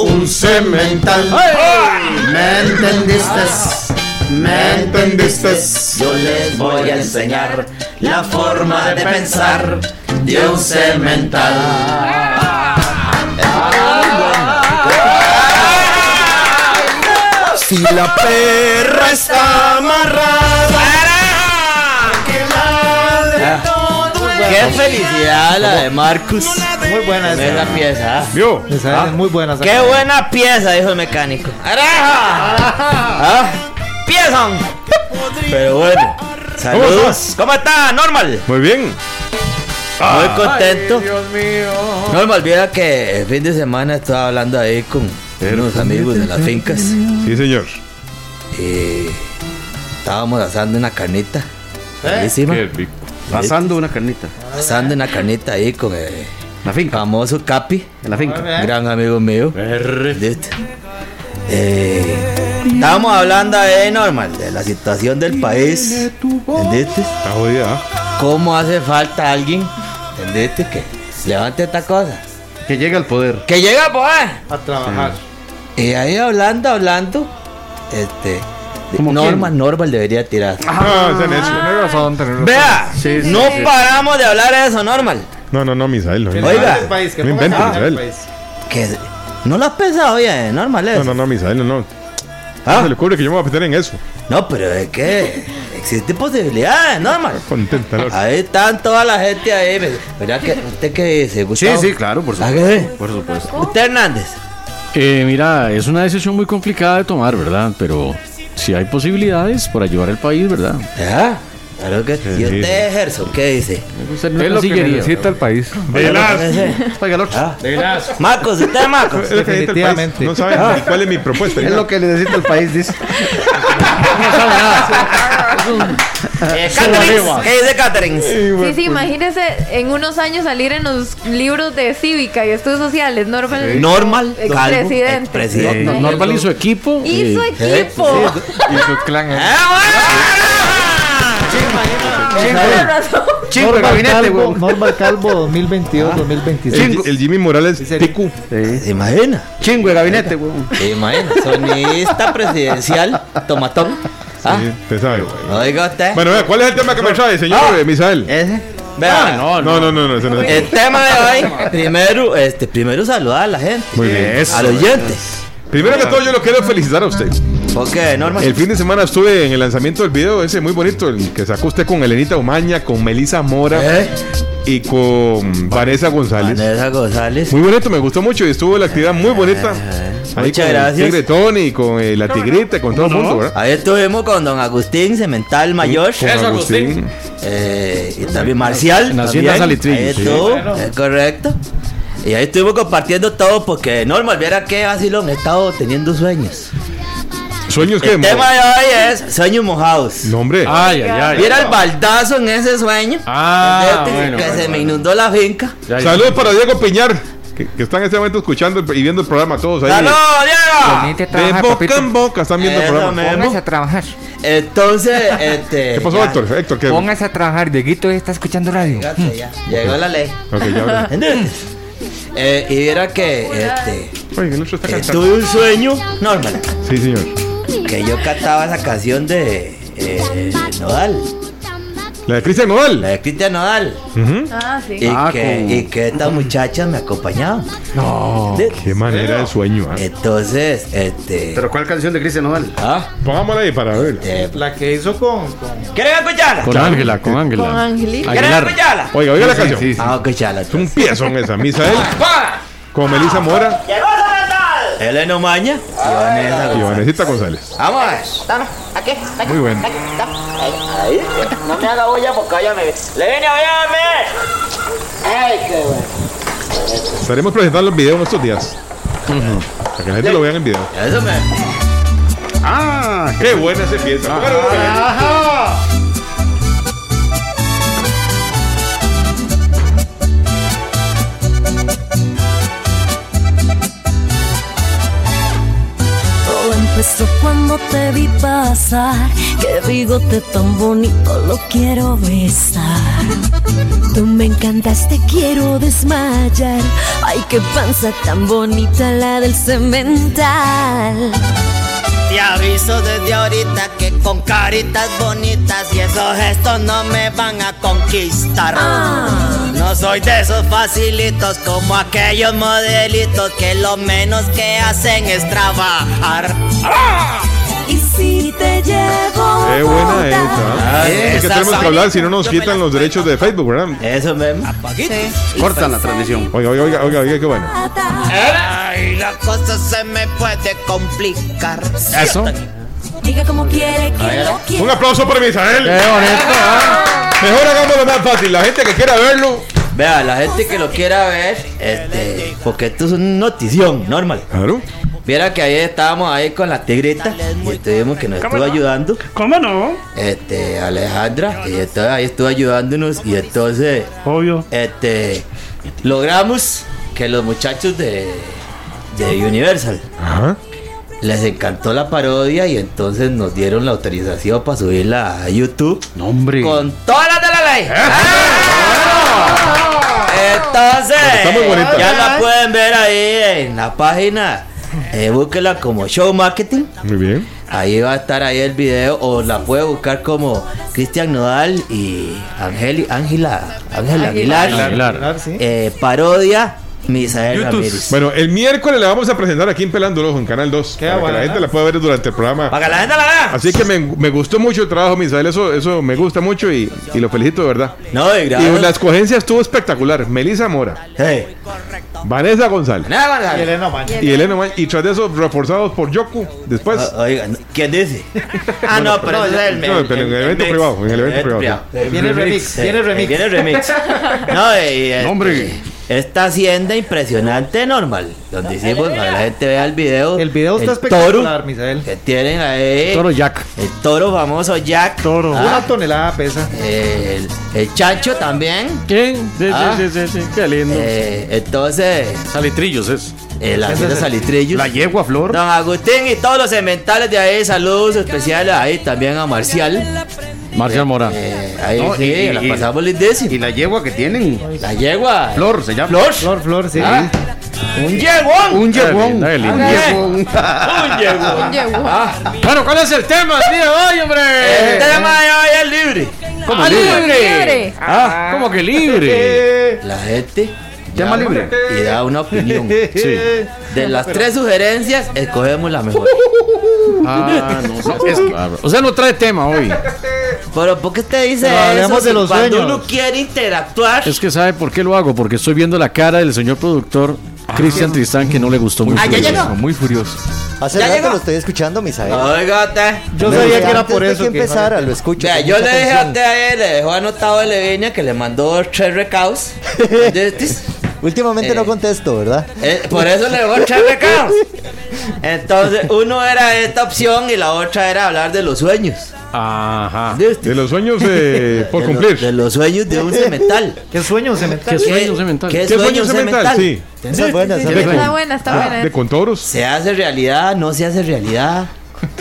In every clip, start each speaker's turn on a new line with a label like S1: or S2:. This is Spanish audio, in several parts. S1: un cemental. ¿Me entendiste? ¿Me entendiste? Yo les voy a enseñar la forma de pensar de un cemental.
S2: Si la perra está amarrada,
S3: Qué felicidad la de Marcus. Muy buena esa. pieza. ¿ah?
S4: ¿Vio?
S5: Esa es muy buena. esa
S3: Qué
S5: canción.
S3: buena pieza, dijo el mecánico. ¡Araja! ¡Pieza! Pero bueno. Saludos. ¿Cómo está, Normal?
S4: Muy bien.
S3: Muy contento. Normal, viera que el fin de semana estaba hablando ahí con unos amigos de las fincas.
S4: Sí, señor.
S3: Y estábamos asando una carnita. Buenísima.
S4: ¿Eh? Qué rico.
S6: Pasando una carnita.
S3: Asando una carnita ahí con el
S6: La finca.
S3: famoso Capi.
S6: En la finca.
S3: gran amigo mío. Dite. Eh, estábamos hablando de normal, de la situación del país. ¿Entendiste?
S4: Está jodida. ¿ah?
S3: ¿Cómo hace falta alguien? ¿Entendiste? Que levante esta cosa.
S6: Que llega al poder.
S3: Que llega, pues.
S5: A trabajar.
S3: Y ahí hablando, hablando. Este.
S6: ¿Cómo
S3: Normal, normal debería tirar.
S4: Ah, se le echa.
S5: Tener razón, tener razón.
S3: Vea,
S6: Sí, sí,
S3: no
S6: sí.
S3: paramos de hablar de eso, normal.
S4: No, no, no, Misael. No,
S5: Que
S4: no.
S3: Oiga.
S5: pongan el país, que
S4: No
S5: pongan
S4: inventes,
S5: el
S4: Abel.
S5: país.
S3: Que no lo has pensado bien, normal. eso?
S4: no, no, no, Misael, no. no.
S3: Ah.
S4: No se le ocurre que yo me voy a meter en eso.
S3: No, pero es que existe posibilidades, normal.
S4: Contenta. la-
S3: Ahí están toda la gente ahí. ve- ¿Verdad que usted qué dice, Gustavo?
S6: claro, por
S3: ¿Ah, qué?
S6: Por supuesto.
S3: Usted Hernández.
S7: Eh, mira, es una decisión muy complicada de tomar, ¿verdad? Pero si hay posibilidades para ayudar al país, ¿verdad?
S3: ¿Ah? Claro que ¿Y usted, Gerson, qué dice?
S7: Es lo que
S5: necesita el país.
S3: Velasco. Ah. Marcos, ¿usted es Marcos?
S4: Es lo que necesita el país.
S5: Definitivamente.
S4: No saben ni cuál es mi propuesta.
S6: Es lo que necesita el país, dice.
S3: Eh, Catherine. ¿Qué dice Catherine?
S8: Sí, sí, imagínese en unos años salir en los libros de cívica y estudios sociales, normal.
S3: Normal, calvo,
S8: expresidente.
S3: expresidente.
S8: Sí.
S7: Normal y su equipo.
S8: Y su
S7: eh,
S8: equipo.
S5: Y su clan.
S3: ¡Eh,
S5: eh.
S3: bueno!
S8: Tiene razón.
S6: Chingo de gabinete,
S5: Calvo,
S6: güey.
S5: Normal Calvo 2022,
S4: El,
S5: 2025.
S4: el Jimmy Morales TQ.
S3: ¿Se imagina?
S6: Chingo de gabinete, güey.
S3: ¿Se imagina? Sonista presidencial, tomatón. ¿Ah?
S4: Sí, usted eh, sabe.
S3: Oiga usted.
S4: Bueno, vea, ¿cuál es el tema que me trae, señor eh, Misael?
S6: ah,
S3: Vea,
S7: Ah,
S4: no, no, no, no, ese no es el
S3: El tema de hoy, primero, este, primero saludar a la gente,
S4: Muy bien.
S3: al oyente.
S4: Primero que todo, yo lo quiero felicitar a usted.
S3: Pues- Porque Norma,
S4: El fin de semana estuve en el lanzamiento del video ese muy bonito, el que sacó usted con Elenita Umaña, con Melissa Mora
S3: ¿Eh?
S4: y con Vanessa González.
S3: Vanessa González.
S4: Muy bonito, me gustó mucho y estuvo la actividad muy bonita. Ahí
S3: Muchas
S4: con
S3: gracias.
S4: El tigre Tony, y con eh, la tigrita, con todo el mundo, ¿verdad?
S3: Ahí estuvimos con don Agustín Cemental Mayor
S4: Con Agustín.
S3: eh, y también Marcial.
S7: En Hacienda
S3: también.
S7: Salitrillo,
S3: Ahí
S7: sí.
S3: estuvo, es correcto. Y ahí estuvimos compartiendo todo porque Norma, viera que Asilón he estado teniendo sueños.
S4: Sueños que.
S3: El tema de hoy es sueños mojados.
S4: No, hombre.
S7: Ay, ay, ay.
S3: Viera el baldazo en ese sueño.
S7: Ah,
S3: Este,
S7: bueno,
S3: que
S7: bueno,
S3: se me
S7: bueno.
S3: inundó la finca.
S7: Ya, ya.
S4: Saludos para Diego Piñar, que, que está en este momento escuchando y viendo el programa todos ahí.
S3: ¡Saludos, Diego!
S4: De boca en boca están viendo el
S3: Eso
S4: programa.
S3: mismo.
S9: a trabajar.
S3: Entonces, este.
S4: ¿Qué pasó,
S3: ya,
S4: Héctor? Héctor, ¿qué?
S9: Póngase a trabajar. Dieguito está escuchando radio.
S3: fíjate, ya, Llegó la ley.
S4: Ok, ya hablé.
S3: ¿Entiendes? Eh, y era que este,
S4: Oye, el otro está
S3: eh,
S4: cantando.
S3: tuve un sueño normal.
S4: Sí, señor.
S3: Que yo cantaba esa canción de eh, Nodal,
S4: La de Cristian Nodal.
S3: la de Cristian Nodal.
S4: Ujú.
S8: Ah, sí.
S3: Y, que, y que estas muchachas me acompañaban.
S4: No,
S3: ¿Entiendes?
S4: qué manera de sueño.
S3: Eh.
S4: ah.
S3: Entonces, este.
S6: Pero ¿cuál canción de Cristian Nodal?
S3: ¿Ah?
S4: Pongámosla ahí para ver.
S3: eh,
S5: La que hizo con. con-
S3: ¿Quieren escucharla?
S7: Con Ángela, con
S8: Con
S7: Ángela.
S8: Angelita.
S3: ¿Quieren
S7: Aguilar.
S3: escucharla? Ah,
S4: Oiga, oiga la canción.
S3: Vamos a escucharla.
S4: Es un piezón esa. Misael
S3: ¡Para!
S4: con Melissa Mora
S3: ¡Llegó Cemental! Elena Maña. y Vanessa
S4: y
S3: González.
S4: Vanesita González.
S3: Vamos a ver.
S4: Muy bueno.
S3: Ahí, no me haga olla porque allá me. ¡Le viene a
S4: Estaremos presentando los videos en estos días. Para que la gente lo vea en el video.
S3: Eso me.
S6: Ah,
S4: Qué buena se piensa.
S10: Todo empezó cuando te vi pasar. Qué bigote tan bonito, lo quiero besar. Tú me encantas, te quiero desmayar. Ay, qué panza tan bonita la del cemental.
S1: Te aviso desde ahorita que con caritas bonitas y esos gestos no me van a conquistar.
S3: Ah.
S1: No soy de esos facilitos como aquellos modelitos que lo menos que hacen es trabajar.
S10: Y si te llevo.
S4: Qué buena ¿eh? esta.
S3: Ah,
S4: Es que
S1: Esas
S4: tenemos que
S1: son-
S4: hablar, si no nos
S1: Yo me las
S4: quitan los
S1: cuento.
S4: derechos de Facebook, ¿verdad?
S3: Eso mismo.
S6: cortan la transmisión.
S4: Oiga, oiga, oiga, oiga, oiga, qué bueno.
S1: Ay, la cosa se me puede complicar.
S3: Eso.
S10: Diga como quiere, que lo
S4: Un
S10: quiere.
S4: aplauso para Misael.
S1: ¿eh?
S4: Mejor hagámoslo más fácil. La gente que quiera verlo.
S3: Vea, la gente que lo quiera ver, este, porque esto es una notición, normal.
S4: Claro.
S3: Viera que ayer estábamos ahí con la tigrita y estuvimos que nos estuvo ayudando.
S11: ¿Cómo no?
S3: Este, Alejandra, y entonces ahí estuvo ayudándonos y entonces,
S11: Obvio.
S3: este, logramos que los muchachos de, de Universal
S4: Ajá.
S3: les encantó la parodia y entonces nos dieron la autorización para subirla a YouTube.
S6: No, hombre.
S3: Con todas las de la ley. ¡Ah! Entonces,
S4: Está muy bonita.
S3: ya la pueden ver ahí en la página. Eh, búsquela como Show Marketing.
S4: Muy bien.
S3: Ahí va a estar ahí el video. O la puede buscar como Cristian Nodal y Ángel Ángela Ángela
S8: Aguilar.
S3: Aguilar.
S7: Aguilar.
S5: Ah, sí.
S3: Eh, parodia Misael Ramírez.
S4: Bueno, el miércoles la vamos a presentar aquí en Pelando el Ojo, en Canal 2.
S5: Qué
S4: para que
S5: buena.
S4: la gente la pueda ver durante el programa.
S3: Para que la gente la vea.
S4: Así que me, me gustó mucho el trabajo, Misael. Eso, eso me gusta mucho y, y lo felicito de verdad.
S3: No, y
S4: Y
S3: gracias.
S4: la escogencia estuvo espectacular. Melissa Mora,
S3: Hey.
S4: Vanessa González
S3: Nada, nada.
S5: Y Elena Maña.
S4: y Elena Ma- Y tras de eso, reforzados por Yoku. Después.
S5: pues-
S3: O- Ah, Oiga, ¿quién dice? Ah, no, pero ese es el
S4: no, pero en el evento
S3: mix.
S4: privado, en el evento privado.
S5: Viene el remix,
S3: Eh,
S5: viene el remix.
S3: Viene el remix. No, eh, eh,
S6: Hombre.
S3: Esta hacienda impresionante normal. Donde hicimos para que la gente vea el video.
S5: El video está
S3: el
S5: espectacular,
S3: toro
S5: Misael.
S3: Que tienen ahí.
S7: Toro Jack.
S3: El toro famoso Jack.
S11: Toro.
S5: Una
S3: Ah,
S5: tonelada pesa.
S3: el, el chancho también.
S7: ¿Quién? Sí,
S3: Ah.
S7: sí, sí, sí, sí, Qué lindo.
S3: Eh, entonces,
S7: Salitrillos es.
S3: eh, la hacienda Salitrillos.
S6: La yegua, Flor.
S3: Don Agustín y todos los cementales de ahí, saludos especiales ahí también a Marcial.
S7: Marcial Mora.
S3: Eh, ahí
S6: No,
S3: sí,
S6: y- y-
S3: la
S6: y-
S3: pasamos lindísimo.
S6: Y la yegua que tienen.
S3: La yegua.
S6: Flor se llama.
S3: Flor.
S5: Flor, flor, sí.
S3: Ah, Un yeguón.
S6: Un yeguón.
S7: Dale, dale.
S6: Un yeguón.
S3: Un yeguón.
S8: Un yeguón.
S3: Ah,
S7: Bueno, ¿cuál es el tema del día de hoy, hombre?
S3: el Este tema de hoy es libre.
S6: ¿Cómo
S7: Ah,
S6: libre?
S8: Libre.
S7: Ah, ¿cómo que libre?
S3: La gente
S6: Llama libre.
S3: y da una opinión.
S7: Sí.
S3: De las tres sugerencias, escogemos la mejor.
S7: Ah, no, no, es bárbaro. O sea, no trae tema hoy.
S3: Pero ¿por qué te dice
S5: Pero hablemos
S3: eso? si
S5: de los
S3: cuando
S5: sueños.
S3: uno quiere interactuar,
S7: Es que sabe por qué lo hago, porque estoy viendo la cara del señor productor
S5: Ah,
S7: Cristian Tristán que no le gustó mucho.
S3: Ah, ya llegó.
S11: Muy furioso.
S12: Hace
S3: Ya
S12: rato
S3: llegó.
S12: lo estoy escuchando, Misael.
S3: Oiga, te.
S5: Yo
S12: Desde
S5: sabía que era
S12: antes
S5: por
S12: de
S5: eso.
S12: que
S5: que-
S12: empezara, lo escucho.
S3: Vea,
S12: con
S3: yo
S12: mucha
S3: le dije a
S12: atención.
S3: usted ayer, le dejó anotado a Leviña que le mandó tres recados. Entonces,
S12: Últimamente
S3: Eh.
S12: no contesto, ¿verdad?
S3: eh, por eso le dejó tres recados. Entonces, uno era esta opción y la otra era hablar de los sueños.
S7: Ajá.
S3: De usted.
S4: De los sueños eh, por
S3: ah. De lo-
S4: cumplir.
S3: de los sueños de un cemental.
S5: ¿Qué sueño se me
S7: ¿Qué sueño cemental?
S3: ¿Qué,
S4: ¿Qué
S3: sueño cemental?
S4: Sí.
S12: Esa es buena, esa es
S4: De
S12: buena.
S4: con-
S8: Está buena, está
S4: ah,
S8: buena.
S4: De contoros.
S3: ¿Se hace realidad? ¿No se hace realidad?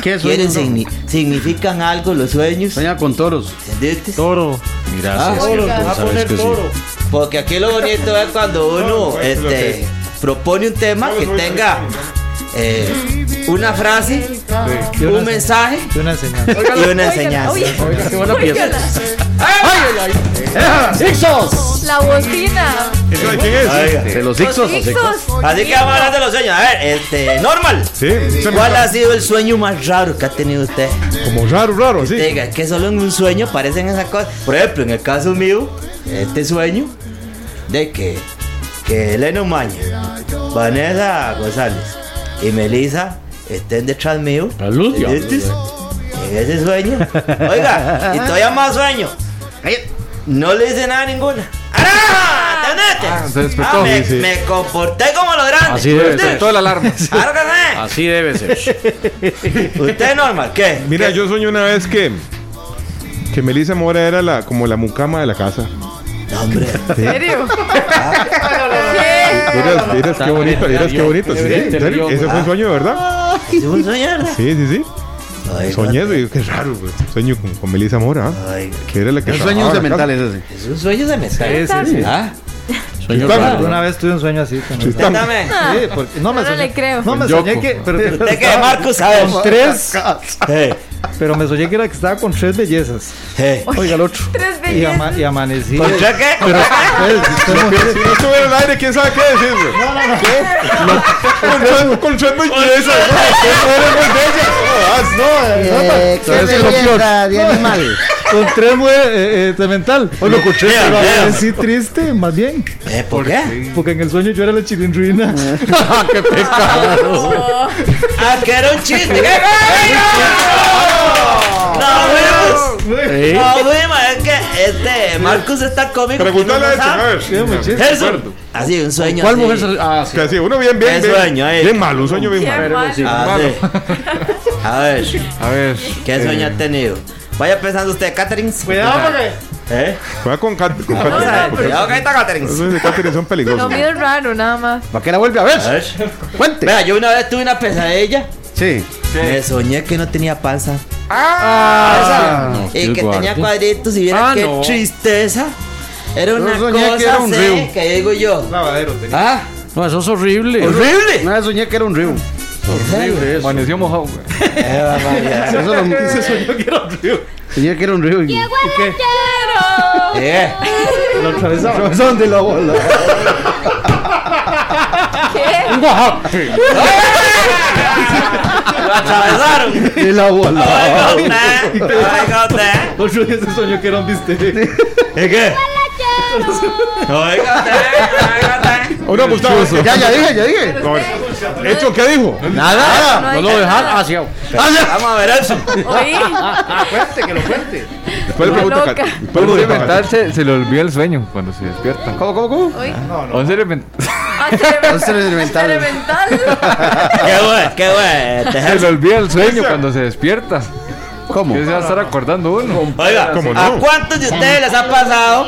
S6: ¿Qué sueño,
S3: ¿Quieren
S6: no?
S3: signi- ¿Significan algo los sueños?
S6: Sueña con toros.
S3: ¿Entendiste?
S5: Toro.
S7: Gracias.
S3: Ah,
S7: cierto,
S5: Va a
S7: Pues, sabes
S5: poner
S7: que sí.
S5: toro.
S3: Porque aquí lo bonito es cuando uno
S4: pues, lo
S3: este,
S4: que-
S3: propone un tema que tenga eh, una frase,
S5: Y
S3: un
S5: una-
S3: mensaje
S5: y una enseñanza.
S3: y una enseñanza.
S8: Oiga, qué buena pieza.
S6: ¡Ixos!
S8: La bocina.
S4: ¿Eso de quién es?
S6: ¿De
S5: Pues
S6: los
S8: Los
S6: Ixos?
S8: Ixos.
S3: Así que vamos a hablar de los sueños. A ver, este, normal.
S4: Sí.
S3: ¿Cuál ha sido el sueño más raro que ha tenido usted?
S4: Como raro, raro, sí.
S3: Diga, que solo en un sueño parecen esas cosas. Por ejemplo, en el caso mío, este sueño de que, que Elena Maña, Vanessa González y Melissa estén detrás mío.
S7: Salud,
S3: En este- en ese sueño. Oiga, y todavía más sueño. No le hice nada a ninguna. ¡Caraja! ¿Entendiste?
S4: Ah. se despertó.
S3: Ah, me,
S4: Sí, sí.
S3: me comporté como los grandes.
S7: Así debe ser.
S4: Toda la alarma.
S3: Claro que
S7: Así debe ser.
S3: sí. ¿Usted normal? ¿Qué?
S4: Mira, yo soñé una vez que. Que Melissa Mora era la, como la mucama de la casa.
S8: ¿En serio? ¿Qué?
S4: Vieras, vieras qué bonito, vieras qué bonito. Sí,
S7: Debería
S4: en serio,
S7: interior,
S4: ese
S3: Ah.
S4: fue un sueño, de ¿verdad?
S3: ¿Es un sueño?
S4: Sí, sí, sí.
S1: Ay,
S4: Soñé eso y digo, qué raro, güey. Sueño con, con Melissa Mora. ¿ah?
S1: Ay,
S4: Que era la que
S6: El
S4: trabajaba
S6: sueño
S4: en la
S6: mental
S4: casa.
S6: es ese.
S3: Es un sueño de mezcal. ¿Ah?
S7: Sueño
S4: Está-
S7: raro.
S5: Una vez tuve un sueño así. con
S4: Sí,
S5: el-
S4: está-
S3: Cuéntame.
S5: Sí, porque no me
S8: No le
S5: soñé.
S8: creo.
S5: No me
S4: Yoko.
S5: soñé que. Pero, pero
S3: ¿Usted qué,
S5: estaba
S3: Marcos? ¿Sabes?
S5: con tres.
S3: Eh,
S5: Pero me soñé que era que estaba con tres bellezas.
S3: eh.
S5: Oiga, el otro.
S8: Tres
S5: Y,
S8: bellezas.
S5: ama- y amanecí.
S3: ¿Con qué? qué?
S5: Pues, somos-
S4: Pero si no estuviera al aire, ¿quién sabe qué decir, güey? No, no, no. Con tres bellezas, güey. Con tres bellezas. No, ah, no.
S12: Eh, qué
S5: Eso es lo peor.
S12: belleza de animal.
S5: Con tres muere eh, eh, mental. Oye, lo escuché.
S3: Vean,
S5: Pero
S3: vean.
S5: amanecí triste, más bien.
S3: Eh, ¿Por qué?
S5: Porque en el sueño yo era la chilindrina.
S3: Ah, que era un chiste. ¿Qué? ¡No, vemos!
S7: ¿Eh?
S3: No, Dima, es que este Marcus está cómico.
S4: Pregúntale a
S3: que uno no
S4: esta, a
S3: sabe.
S4: ver.
S5: Sí, muchísimo.
S3: Eso. Así, un sueño.
S7: ¿Cuál
S3: así.
S7: mujer sal- Ah, sí.
S4: Que así, uno bien, bien,
S3: Qué
S4: bien.
S3: sueño, eh.
S4: Bien malo, un sueño bien
S8: Qué
S4: malo.
S8: mal.
S3: Ah, sí. A ver,
S4: A ver.
S3: ¿qué sueño ha tenido? Vaya pensando usted, Catherine. ¿Eh?
S4: Juega con Cat- con
S8: Vamos a ver,
S4: Catherine.
S3: Cuidado que ahí está Catherine.
S4: Los sueños de Catherine son
S8: Lo
S4: peligrosos.
S8: mío es raro, nada más.
S6: ¿Para qué la vuelve a
S3: A
S6: ver?
S3: ver.
S6: Cuente.
S3: Vea, yo una vez tuve una pesadilla.
S6: Sí.
S3: Me soñé que no tenía panza. Ah,
S7: No,
S3: y
S7: Dios
S3: que
S7: guarde.
S3: tenía cuadritos y viera
S6: Ah,
S3: qué
S6: no.
S3: tristeza. Era una
S6: soñé que
S3: cosa
S6: era un
S3: sí,
S6: río.
S3: que digo yo.
S5: Lavadero, tenía.
S3: Ah,
S7: No, eso es horrible.
S3: horrible.
S6: Una vez soñé que era un río.
S3: Horrible.
S9: Amaneció mojado, güey.
S6: Eso lo- Soñé que era un río. y-
S8: ¡Quiero!
S3: Eh,
S5: La atravesaba.
S6: de la bola.
S8: ¿Qué?
S3: lo atravesaron.
S6: De la bola.
S3: Oiga usted, oiga usted.
S5: Otro día se soñó que era un bistec.
S3: ¿Es qué? Oiga usted, oiga usted.
S4: Uno, Gustavo.
S6: Ya, ya dije, ya dije.
S4: No, ¿Hecho qué dijo?
S8: Nada.
S7: No lo dejar hacia.
S3: Vamos a ver eso.
S8: Oí.
S4: Después le
S8: Una
S4: pregunta
S8: loca.
S4: Cat- después le
S9: Once
S4: pregunta Cat-
S9: mental se, se le olvida el sueño cuando se despierta. ¿Cómo, cómo, cómo?
S8: Oí.
S9: Once mental.
S8: Ah, cere-
S6: Los seres elementales.
S8: Ceremental.
S3: Qué bueno, qué bueno.
S9: Se
S3: Dejarse-
S9: le olvida el sueño cuando se despierta.
S6: ¿Cómo?
S9: ¿Qué se va a estar acordando uno?
S3: Oiga,
S4: ¿Cómo
S3: ¿a
S4: no?
S3: cuántos de ustedes les ha pasado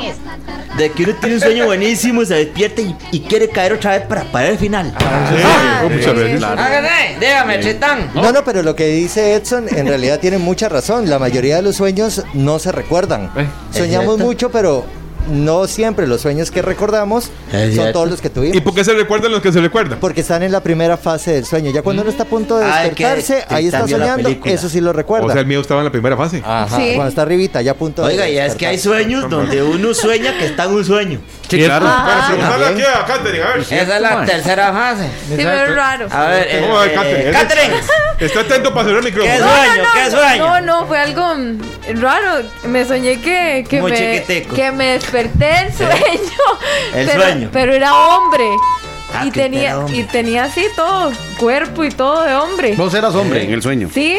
S3: de que uno tiene un sueño buenísimo, se despierta y, y quiere caer otra vez para parar el final?
S4: Sí,
S8: Ah,
S4: oh, muchas
S8: sí,
S4: veces.
S8: claro.
S3: Hágane, déjame, Tritán.
S12: No, no, pero lo que dice Edson en realidad tiene mucha razón. La mayoría de los sueños no se recuerdan.
S9: Eh.
S12: Soñamos
S3: cierto.
S12: mucho, pero no siempre los sueños que recordamos
S3: Es
S12: son
S3: cierto.
S12: todos los que
S4: ¿Y
S12: tuvimos.
S4: por qué se recuerdan los que se recuerdan?
S12: Porque están en la primera fase del sueño. Ya cuando uno está a punto de
S3: Mm. Ay, que
S12: despertarse, ahí está
S3: Tritán vio la
S12: soñando.
S3: película.
S12: Eso sí lo recuerda.
S4: O sea, el mío estaba en la primera fase.
S8: Ah,
S12: Ajá,
S8: Sí.
S12: Cuando está arribita, ya a punto de
S3: Oiga, ya es que hay sueños donde uno sueña que está en un sueño.
S6: Sí, claro.
S8: ah,
S4: Bueno, preguntale
S12: También.
S4: aquí a Catherine, a ver.
S3: Esa es la
S7: mae.
S3: tercera fase.
S8: Sí, pero es raro.
S3: A ver, eh,
S4: Vamos a ver,
S3: eh,
S4: Catherine.
S3: Catherine.
S4: Está atento para cerrar el
S3: ¿Qué
S4: micrófono.
S3: sueño? ¿Qué sueño?
S8: No, no, fue algo mm, raro. Me soñé que, que,
S3: Muy
S8: me,
S3: chiquitico.
S8: que me desperté del sueño.
S3: El
S8: pero,
S3: sueño.
S8: Pero era hombre.
S3: Ah,
S8: y,
S3: que
S8: tenía,
S3: era hombre.
S8: y tenía así todo, cuerpo y todo de hombre.
S6: Vos eras hombre en el sueño.
S8: Sí.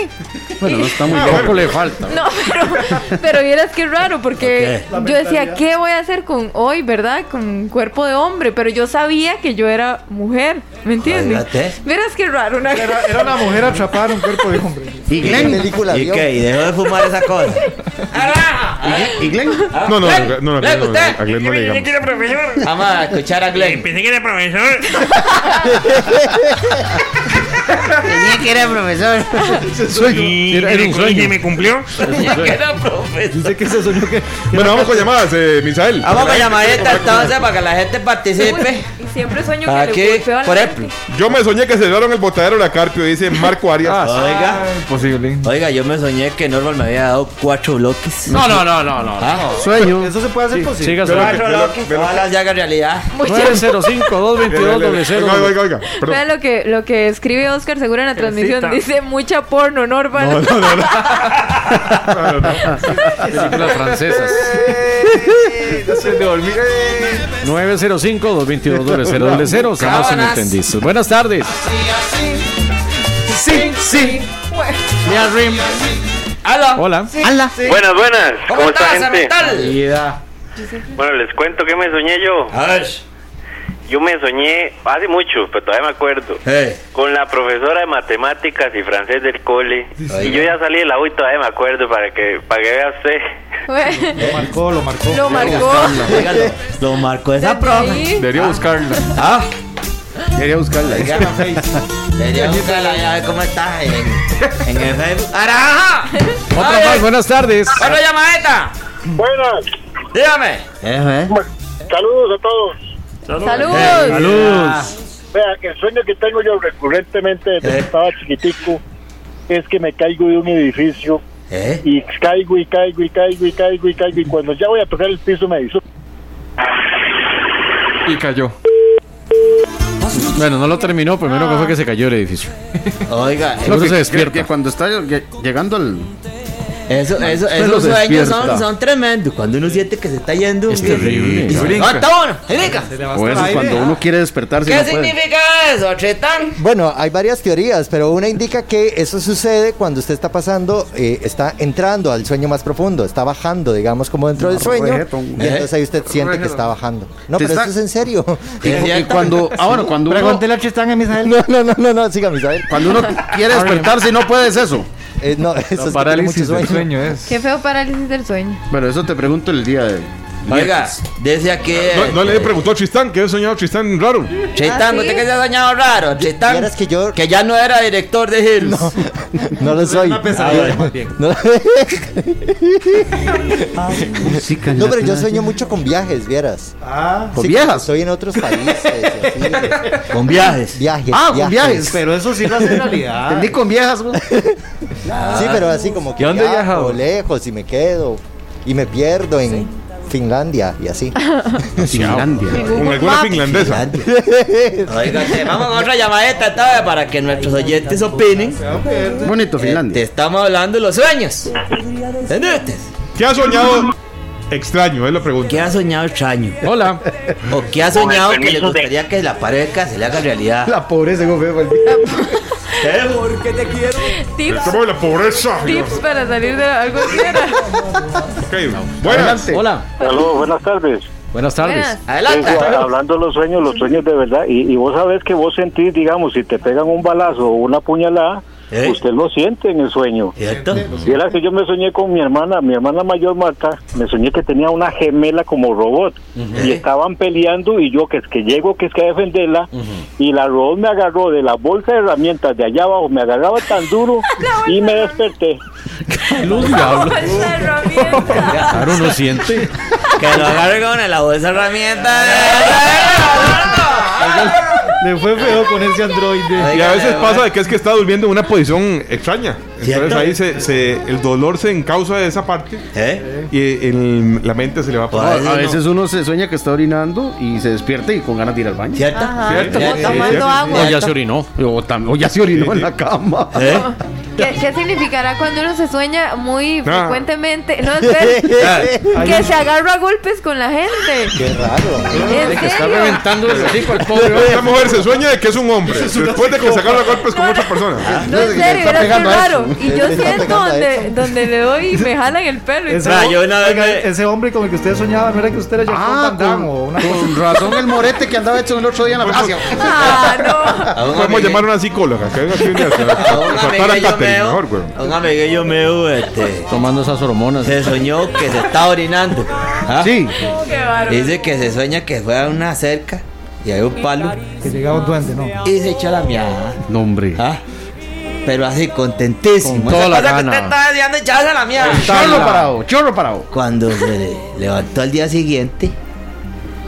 S6: Bueno, no está muy
S4: Ah,
S6: bien.
S4: bueno.
S6: Poco le falta.
S8: No, pero, pero vieras que raro, porque yo decía, ¿qué voy a hacer con hoy, verdad? Con un cuerpo de hombre, pero yo sabía que yo era mujer, ¿me entiendes?
S3: Óigate.
S8: Vieras que raro, una
S5: Era, era una mujer atrapada en un cuerpo de hombre.
S6: ¿Y
S12: ¿Qué
S6: Glenn?
S12: película
S3: ¿Y
S12: vio?
S3: qué? ¿Y dejó de fumar esa cosa?
S6: ¿Y Glenn?
S3: Ah.
S4: No, no, no, no, no, no, no, a Glenn no le digamos.
S3: Vamos a escuchar a Glenn. Pensé que era profesor.
S1: Tenía que era profesor.
S6: Era, era un sueño.
S3: Pensé que era profesor.
S5: Dice que se soñó que.
S4: Bueno, vamos con llamadas, eh, Misael.
S3: Ah, Vamos con llamadita entonces para que la gente participe.
S8: Y siempre sueño que
S3: Aquí,
S8: le golpeo a la
S3: por
S8: gente.
S3: ejemplo.
S4: Yo me soñé que cerraron el botadero de la Carpio, dice Marco Arias.
S3: Oiga,
S9: Posible.
S3: oiga, yo me soñé que Normal me había dado cuatro bloques.
S7: No, no, no, no, no.
S3: Ah,
S6: Sueño.
S5: Eso se puede hacer posible.
S7: Siga su
S3: cuatro
S4: Ve lo-
S3: bloques.
S4: ve lo-
S3: Ojalá se haga realidad.
S7: 905 222
S4: Oiga, oiga, oiga, oiga. Perdón.
S8: Vean lo que, lo que escribe Oscar Segura en la transmisión. Dice mucha porno, Norma.
S4: No, no, no, no. No, no, no.
S6: Películas francesas.
S7: 905 222 0000 Jamás se me entendiste. Buenas tardes.
S6: Sí, sí. Me arrim.
S3: ¡Aló!
S7: Hola.
S6: Ala.
S11: Buenas, buenas.
S3: ¿Cómo estás, Cemental?
S6: Ida.
S11: Bueno, les cuento que me soñé yo. Yo me soñé hace mucho, pero todavía me acuerdo. Con la profesora de matemáticas y francés del cole. Y yo ya salí de la U y todavía me acuerdo para que, para que vea usted.
S5: Lo marcó, lo marcó.
S8: Lo marcó.
S3: Lo marcó esa
S8: profe.
S9: Debería buscarla.
S3: Ah.
S6: Debería buscarla.
S1: Debería buscarla ya a ver cómo está en, en el Facebook.
S11: ¡Araja!
S6: Otra más, buenas tardes.
S11: ¡Bueno, llamadeta! Buenas. Dígame.
S13: Saludos a todos.
S8: Saludos. Saludos. Eh, saludos.
S13: Vea, el sueño que tengo yo recurrentemente desde que estaba chiquitico es que me caigo de un edificio
S1: ¿Eh?
S13: y caigo y caigo y caigo y caigo y caigo y cuando ya voy a tocar el piso me hizo.
S9: Y cayó.
S7: Bueno, no lo terminó, primero que fue que se cayó el edificio.
S1: Oiga,
S7: Seguro
S6: que-
S7: se despierta.
S6: que- que cuando está lleg- llegando al.
S3: Eso, eso,
S6: Pero
S3: esos
S6: despierta.
S3: sueños son, son tremendos. Cuando uno siente que se está yendo,
S6: Es
S3: uy,
S6: terrible.
S3: y
S6: Y
S3: brinca.
S6: brinca.
S3: Ah, está bueno, y brinca.
S6: O eso, cuando uno quiere despertarse.
S3: ¿Qué
S6: no puede.
S3: significa eso, Chetán?
S12: Bueno, hay varias teorías, pero una indica que eso sucede cuando usted está pasando, eh, está entrando al sueño más profundo, está bajando, digamos, como dentro del sueño,
S6: Reggaeton.
S12: y entonces ahí usted siente que está bajando. No,
S6: Te
S12: pero
S6: está-
S12: esto es en serio.
S6: Y- y cuando- ah, bueno, cuando uno- Pregúntele
S12: a Tristán a Misael. No, no, no, no, no, siga Misael.
S6: Cuando uno quiere despertarse y no puedes eso.
S12: Eh, no, eso
S6: es
S12: parálisis
S3: del
S6: sueño es.
S8: Qué feo parálisis del sueño.
S6: Bueno, eso te pregunto el día de.
S3: Oiga, decía que.
S4: No, no le preguntó a Tristán, que había soñado Tristán raro.
S3: eh, Chetán,
S8: ¿Ah,
S3: ¿usted
S8: sí?
S3: que se ha soñado raro? Chetán,
S12: que yo.
S3: Que ya no era director de Hills.
S12: No lo soy. Ah,
S3: pesadilla, más
S12: No, No, pero yo sueño mucho con viajes, vieras.
S5: Ah,
S12: Sí, cuando Estoy en otros países.
S3: Con viajes.
S12: Viajes.
S6: Ah, con viajes.
S5: Pero eso sí lo hace realidad.
S6: Entendí con viejas, güey.
S12: Sí, pero así como que
S6: ¿Y dónde
S12: viajo
S6: viajaba?
S12: lejos y me quedo y me pierdo en Finlandia y así.
S6: Finlandia.
S4: Con alguna finlandesa.
S3: Oígate, vamos con otra llamadita esta vez para que nuestros oyentes opinen.
S6: Bonito Finlandia.
S3: Te estamos hablando de los sueños. ¿Entendiste?
S4: ¿Qué ha soñado extraño? Es la pregunta.
S3: ¿Qué ha soñado extraño?
S6: Hola.
S3: ¿O qué ha
S4: Con el
S3: soñado que le
S4: permiso de-
S3: gustaría que la pareja se le haga realidad?
S5: La pobreza, Ah, güey, fue el
S3: Porque te quiero.
S8: Tips,
S4: de la pobreza.
S8: tips para salir de algo tierra.
S4: Buenas.
S7: Hola.
S13: Saludos, buenas tardes.
S7: Buenas tardes.
S13: Sí, sí, hablando de los sueños, los sueños de verdad. Y, y vos sabés que vos sentís, digamos, si te pegan un balazo o una puñalada, usted lo siente en el sueño.
S3: ¿Cierto?
S13: Y era que yo me soñé con mi hermana, mi hermana mayor Marta, me soñé que tenía una gemela como robot. Y estaban peleando y yo que es que llego, que es que a defenderla. Y la robot me agarró de la bolsa de herramientas de allá abajo, me agarraba tan duro y me desperté.
S7: Los diablos.
S8: Bolsa de herramientas.
S7: Claro, no siente.
S3: Que lo agarre con la bolsa herramienta.
S5: Le fue feo con ese androide.
S4: Y a veces pasa de que es que está durmiendo en una posición extraña. Entonces ahí se, se- el dolor se encausa de esa parte
S3: ¿Eh?
S4: y el- la mente se le va a
S6: No,
S4: poner.
S6: a veces uno se sueña que está orinando y se despierta y con ganas de ir al baño.
S3: ¿Cierto?
S8: Ajá.
S4: ¿Cierto?
S8: O tomando agua.
S6: O ya se orinó. O, tam- o ya se orinó en la cama.
S8: ¿Qué, qué significará cuando uno se sueña muy
S6: Ah.
S8: frecuentemente? No sé. que se agarra a golpes con la gente.
S12: Qué raro.
S8: ¿En serio?
S6: reventando el hocico al
S4: Esta mujer se sueña de que es un hombre. Después de que se agarra a golpes con otra persona.
S8: No, en
S6: que le
S8: serio,
S6: está
S8: era muy
S6: pegando a
S8: raro.
S6: eso.
S8: Y yo
S6: Le está
S8: siento
S6: pegando a
S8: donde, donde le doy y me jalan el pelo. y
S5: Ese,
S8: todo.
S3: yo una vez
S5: oiga,
S3: me-
S5: ese hombre con el que usted soñaba, no era que usted era Jean-Claude
S6: Ah,
S5: Van Damme
S6: con,
S5: o una
S6: con razón el morete que andaba hecho el otro día en la farmacia.
S8: Ah, no.
S4: Podemos llamar a una psicóloga. Que venga aquí un día. se va
S3: A un
S4: a tratar a
S3: amiguillo
S4: Catherine,
S3: mío,
S4: mejor, güey.
S3: a un amiguillo mío, este,
S7: Tomando esas hormonas.
S3: se soñó que se está orinando. ¿Ah?
S6: Sí.
S8: Qué bárbaro.
S3: Dice que se sueña que fue a una cerca y hay un palo
S5: que llegaba un duende, ¿no?
S3: y se echa la miada.
S6: No, hombre.
S3: ¿Ah? Pero así contentísimo.
S7: Con toda
S3: Esa
S7: la
S3: cosa
S7: gana.
S3: que usted estaba deseando echarse a la miada.
S6: Chorro parado, chorro parado.
S3: Cuando se le- levantó al día siguiente,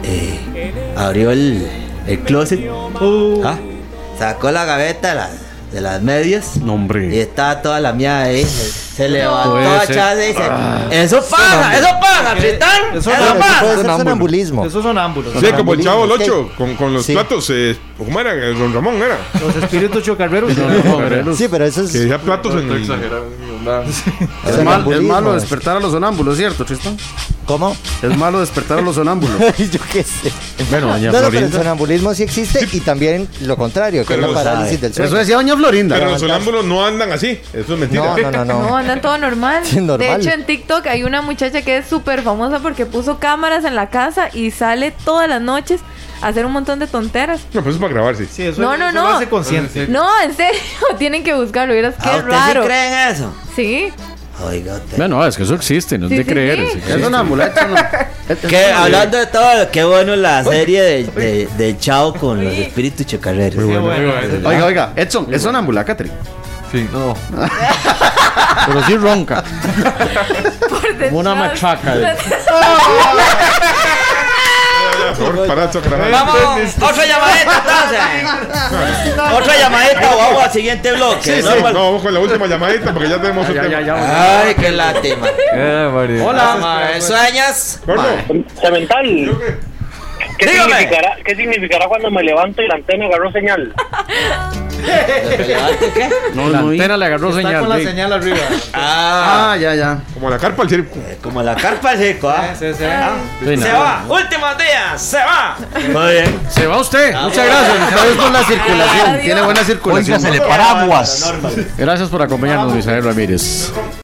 S3: eh, abrió el, el closet,
S5: Uh,
S3: ¿ah? sacó la gaveta de las, de las medias
S7: No,
S3: y
S7: hombre.
S3: estaba toda la mía ahí. Se, se levantó
S7: Puede
S3: a
S7: ser.
S3: echarse y se- Eso pasa, eso pasa, Tristán. Eso
S5: Eso
S12: Puede
S3: pasa.
S12: ser sonambulismo.
S5: Esos sonámbulos.
S4: Sí, como el chavo
S12: Ok.
S4: Locho, con, con los
S12: Sí.
S4: platos. Eh, ¿Cómo era? El Don Ramón era.
S5: Los espíritus chocarreros.
S7: No, no, hombre.
S12: Sí, pero eso
S4: Que
S12: es.
S4: decía platos en.
S6: Es, mal- es malo
S7: eh.
S6: despertar a los sonámbulos, ¿cierto, Tristan?
S12: ¿Cómo?
S6: Es malo despertar a los sonámbulos.
S12: Yo qué sé.
S6: Bueno, doña
S12: No, no, pero el
S6: Florinda.
S12: sonambulismo sí existe y también lo contrario, que es la parálisis del sueño.
S4: Pero los sonámbulos no andan así. Eso es mentira.
S12: No, no, no,
S8: No, andan todo normal.
S4: Sí, normal.
S8: De hecho, en TikTok hay una muchacha que es súper famosa porque puso cámaras en la casa y sale todas las noches a hacer un montón de tonteras.
S4: No, pues es para grabarse.
S8: no, no, no. No, en serio. Tienen que buscarlo. Vieras qué
S6: Ah,
S3: ¿A usted sí
S8: raro.
S3: cree en eso?
S8: Sí.
S7: Bueno, es que eso existe, no es
S8: Sí,
S7: de
S8: sí,
S7: creer.
S8: sí.
S7: eso
S8: Es
S7: existe.
S6: una muleta,
S3: Que hablando de todo, qué bueno la serie de, de, de Chao con los espíritus chocarreros.
S6: Oiga, oiga, Edson, es sonámbula, Catherine.
S9: Sí.
S6: No. Pero sí ronca.
S7: Como una machaca.
S4: Por para chocar.
S3: Vamos, otra llamadita entonces. Otra llamadita o vamos al siguiente bloque.
S4: Sí, sí. No,
S3: Normal.
S4: vamos con la última llamadita porque ya tenemos un tema.
S6: Ah,
S3: Ay, qué lástima. Hola, mae, ¿sueñas?
S14: Cemental. ¿Qué significará, ¿Qué significará cuando me levanto y la antena agarró señal?
S3: ¿Qué?
S6: No, la antena le agarró señal.
S5: con la
S6: sí.
S5: señal arriba.
S3: Ah,
S6: ya, ya.
S4: Como la carpa al circo.
S3: Como la carpa al circo, ¿ah?
S5: Ah.
S3: Se va, últimos días, se va. Muy bien.
S6: Se va usted. Muchas gracias. Usted es con la circulación. Tiene buena circulación.
S7: Óigasele, paraguas. Gracias por acompañarnos, Misael Ramírez.